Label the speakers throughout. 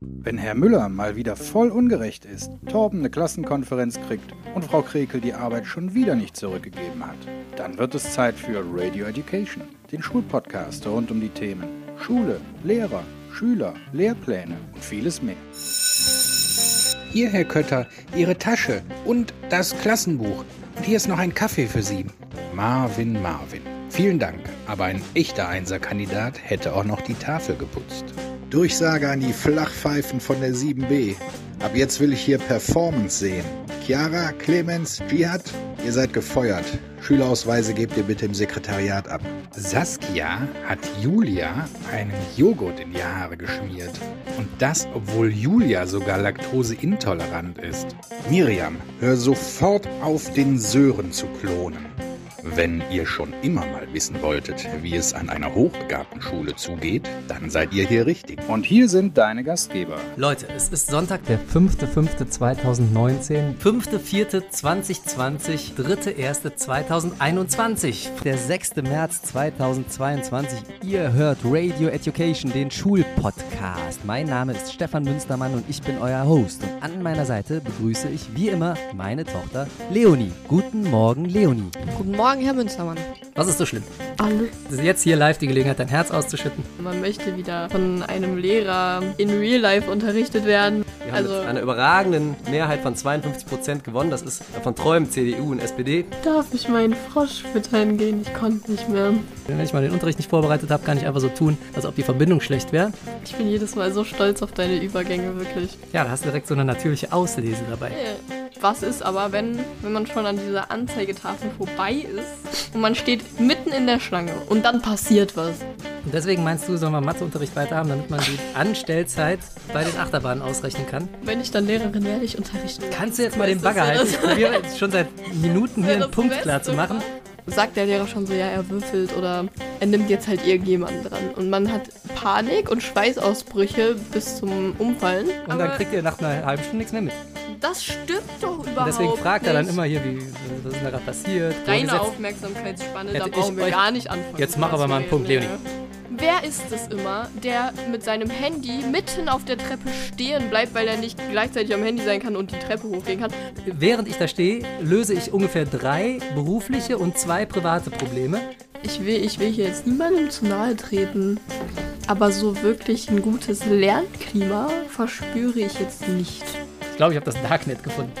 Speaker 1: Wenn Herr Müller mal wieder voll ungerecht ist, Torben eine Klassenkonferenz kriegt und Frau Krekel die Arbeit schon wieder nicht zurückgegeben hat, dann wird es Zeit für Radio Education, den Schulpodcast rund um die Themen Schule, Lehrer, Schüler, Lehrpläne und vieles mehr.
Speaker 2: Hier, Herr Kötter, Ihre Tasche und das Klassenbuch. Und hier ist noch ein Kaffee für Sie. Marvin, Marvin. Vielen Dank, aber ein echter Einserkandidat hätte auch noch die Tafel geputzt.
Speaker 3: Durchsage an die Flachpfeifen von der 7b. Ab jetzt will ich hier Performance sehen. Chiara, Clemens, Dschihad, ihr seid gefeuert. Schülerausweise gebt ihr bitte im Sekretariat ab.
Speaker 2: Saskia hat Julia einen Joghurt in die Haare geschmiert. Und das, obwohl Julia sogar laktoseintolerant ist.
Speaker 3: Miriam, hör sofort auf, den Sören zu klonen.
Speaker 2: Wenn ihr schon immer mal wissen wolltet, wie es an einer hochbegabten Schule zugeht, dann seid ihr hier richtig.
Speaker 1: Und hier sind deine Gastgeber.
Speaker 4: Leute, es ist Sonntag, der 5.5.2019, 5.4.2020, 3.1.2021, der 6. März 2022. Ihr hört Radio Education, den Schulpodcast. Mein Name ist Stefan Münstermann und ich bin euer Host. Und an meiner Seite begrüße ich wie immer meine Tochter Leonie. Guten Morgen, Leonie.
Speaker 5: Guten Morgen, Herr Münstermann.
Speaker 4: Was ist so schlimm?
Speaker 5: Alle.
Speaker 4: Das ist jetzt hier live die Gelegenheit, dein Herz auszuschütten.
Speaker 5: Man möchte wieder von einem Lehrer in Real Life unterrichtet werden.
Speaker 4: Wir haben
Speaker 5: Also,
Speaker 4: mit einer überragenden Mehrheit von 52 Prozent gewonnen. Das ist, davon träumen CDU und SPD.
Speaker 5: darf ich meinen Frosch füttern gehen? Ich konnte nicht mehr.
Speaker 4: Wenn ich mal den Unterricht nicht vorbereitet habe, kann ich einfach so tun, als ob die Verbindung schlecht wäre.
Speaker 5: Ich bin jedes Mal so stolz auf deine Übergänge, wirklich.
Speaker 4: Ja, da hast du direkt so eine natürliche Auslese dabei.
Speaker 5: Äh, Was ist aber, wenn, wenn man schon an dieser Anzeigetafel vorbei ist und man steht mitten in der Schlange und dann passiert was?
Speaker 4: Und deswegen meinst du, sollen wir Matheunterricht weiter haben, damit man die Anstellzeit bei den Achterbahnen ausrechnen kann?
Speaker 5: Wenn ich dann Lehrerin werde, ich unterrichte.
Speaker 4: Kannst du jetzt mal den
Speaker 5: Das ist
Speaker 4: Bagger
Speaker 5: ja
Speaker 4: halten?
Speaker 5: das-
Speaker 4: Ich probiere jetzt schon seit Minuten
Speaker 5: Das
Speaker 4: hier
Speaker 5: ist ja
Speaker 4: einen
Speaker 5: das
Speaker 4: Punkt
Speaker 5: Beste.
Speaker 4: klar zu machen.
Speaker 5: Sagt der Lehrer schon so, ja, er würfelt oder er nimmt jetzt halt irgendjemanden dran. Und man hat Panik und Schweißausbrüche bis zum Umfallen.
Speaker 4: Und dann kriegt ihr nach einer halben Stunde nichts mehr mit.
Speaker 5: Das stimmt doch
Speaker 4: Und
Speaker 5: überhaupt
Speaker 4: deswegen fragt er dann
Speaker 5: nicht.
Speaker 4: immer hier, wie, was ist denn da gerade passiert?
Speaker 5: Deine
Speaker 4: Vorgesetzt-
Speaker 5: Aufmerksamkeitsspanne, da
Speaker 4: Hätte ich
Speaker 5: brauchen wir
Speaker 4: euch-
Speaker 5: gar nicht anfangen.
Speaker 4: Jetzt mach aber mal einen Punkt,
Speaker 5: Nee.
Speaker 4: Leonie.
Speaker 5: Wer ist es immer, der mit seinem Handy mitten auf der Treppe stehen bleibt, weil er nicht gleichzeitig am Handy sein kann und die Treppe hochgehen kann?
Speaker 4: Während ich da stehe, löse ich ungefähr drei berufliche und zwei private Probleme.
Speaker 5: Ich will, ich will hier jetzt niemandem zu nahe treten, aber so wirklich ein gutes Lernklima verspüre ich jetzt nicht.
Speaker 4: Ich glaube, ich habe das Darknet gefunden.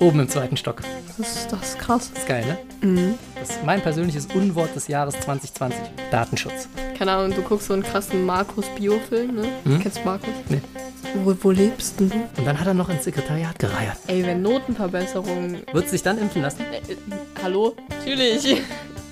Speaker 4: Oben im zweiten Stock.
Speaker 5: Das ist das ist krass.
Speaker 4: Ist geil, ne?
Speaker 5: Mhm.
Speaker 4: Das ist mein persönliches Unwort des Jahres 2020. Datenschutz.
Speaker 5: Keine Ahnung, du guckst so einen krassen Markus-Biofilm, ne?
Speaker 4: Hm?
Speaker 5: Kennst du Markus?
Speaker 4: Nee.
Speaker 5: Wo, wo lebst denn du?
Speaker 4: Und dann hat er noch ins Sekretariat gereiert.
Speaker 5: Ey, wenn Notenverbesserungen.
Speaker 4: Wird sich dann impfen lassen?
Speaker 5: Äh, äh, hallo? Natürlich.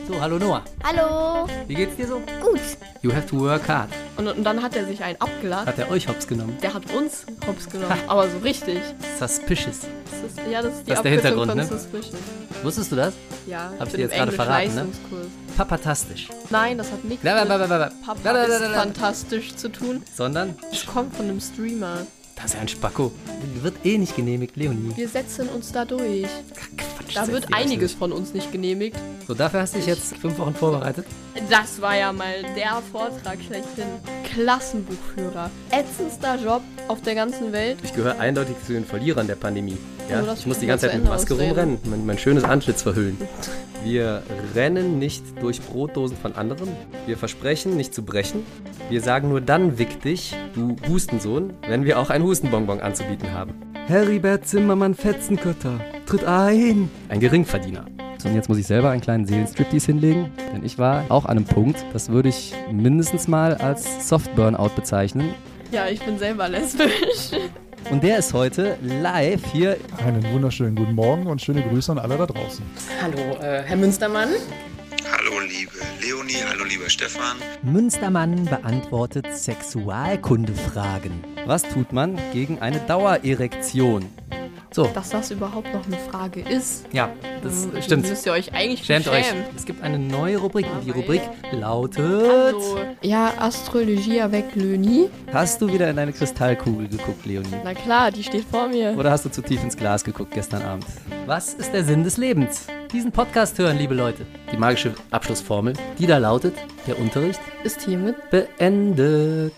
Speaker 4: So, hallo Noah.
Speaker 6: Hallo.
Speaker 4: Wie geht's dir so?
Speaker 6: Gut.
Speaker 4: You have to work hard.
Speaker 5: Und, und dann hat er sich einen abgeladen.
Speaker 4: Hat er euch hops genommen?
Speaker 5: Der hat uns hops genommen. Aber so richtig.
Speaker 4: Suspicious.
Speaker 5: Das ist, ja, das ist die
Speaker 4: Das ist der
Speaker 5: Abkürzung
Speaker 4: Hintergrund,
Speaker 5: von
Speaker 4: ne?
Speaker 5: Suspicion.
Speaker 4: Wusstest du das?
Speaker 5: Ja,
Speaker 4: Hab ich
Speaker 5: bin
Speaker 4: dir jetzt
Speaker 5: im
Speaker 4: gerade verraten, ne?
Speaker 5: Englisch-Leistungskurs.
Speaker 4: Papatastisch.
Speaker 5: Nein, das hat nichts
Speaker 4: Bla, bla, bla,
Speaker 5: mit
Speaker 4: bla, bla.
Speaker 5: Papa
Speaker 4: Bla, bla, bla,
Speaker 5: ist
Speaker 4: bla.
Speaker 5: fantastisch zu tun.
Speaker 4: Sondern,
Speaker 5: Es kommt von einem Streamer.
Speaker 4: das ist ja ein Spacko. Wird eh nicht genehmigt, Leonie.
Speaker 5: Wir setzen uns da durch.
Speaker 4: Quatsch,
Speaker 5: Da
Speaker 4: setz
Speaker 5: wird
Speaker 4: dich
Speaker 5: einiges von uns nicht genehmigt.
Speaker 4: aus. So, dafür hast du dich jetzt fünf Wochen vorbereitet.
Speaker 5: Das war ja mal der Vortrag schlechthin. Klassenbuchführer. Ätzendster Job auf der ganzen Welt.
Speaker 7: Ich gehöre eindeutig zu den Verlierern der Pandemie. Ja?
Speaker 5: Oh, das
Speaker 7: ich muss die
Speaker 5: kann
Speaker 7: ganze Zeit
Speaker 5: man
Speaker 7: mit
Speaker 5: zu Ende
Speaker 7: Maske
Speaker 5: ausreden.
Speaker 7: rumrennen, mein, mein schönes Antlitz verhüllen. Wir rennen nicht durch Brotdosen von anderen. Wir versprechen nicht zu brechen. Wir sagen nur dann wick dich, du Hustensohn, wenn wir auch ein Hustenbonbon anzubieten haben.
Speaker 4: Heribert Zimmermann Fetzenkötter. Tritt ein!
Speaker 7: Ein Geringverdiener.
Speaker 4: So, und jetzt muss ich selber einen kleinen Seelenstriptease hinlegen, denn ich war auch an einem Punkt, das würde ich mindestens mal als Soft-Burnout bezeichnen.
Speaker 5: Ja, ich bin selber lesbisch.
Speaker 4: Und der ist heute live hier.
Speaker 8: Einen wunderschönen guten Morgen und schöne Grüße an alle da draußen.
Speaker 9: Hallo, äh, Herr Münstermann.
Speaker 10: Hallo liebe Leonie, hallo lieber Stefan.
Speaker 4: Münstermann beantwortet Sexualkundefragen. Was tut man gegen eine Dauererektion? So,
Speaker 5: Dass das überhaupt noch eine Frage ist.
Speaker 4: ja, das
Speaker 5: Ähm,
Speaker 4: stimmt.
Speaker 5: Müsst ihr euch eigentlich
Speaker 4: Schämt euch.
Speaker 5: schämen.
Speaker 4: Es gibt eine neue Rubrik und die
Speaker 5: Aber
Speaker 4: Rubrik lautet...
Speaker 5: Also, ja, Astrologie avec Löni.
Speaker 4: Hast du wieder in deine Kristallkugel geguckt, Leonie?
Speaker 5: Na klar, die steht vor mir.
Speaker 4: Oder hast du zu tief ins Glas geguckt gestern Abend? Was ist der Sinn des Lebens? Diesen Podcast hören, liebe Leute. Die magische Abschlussformel, die da lautet, der Unterricht
Speaker 5: Ist hiermit
Speaker 4: beendet.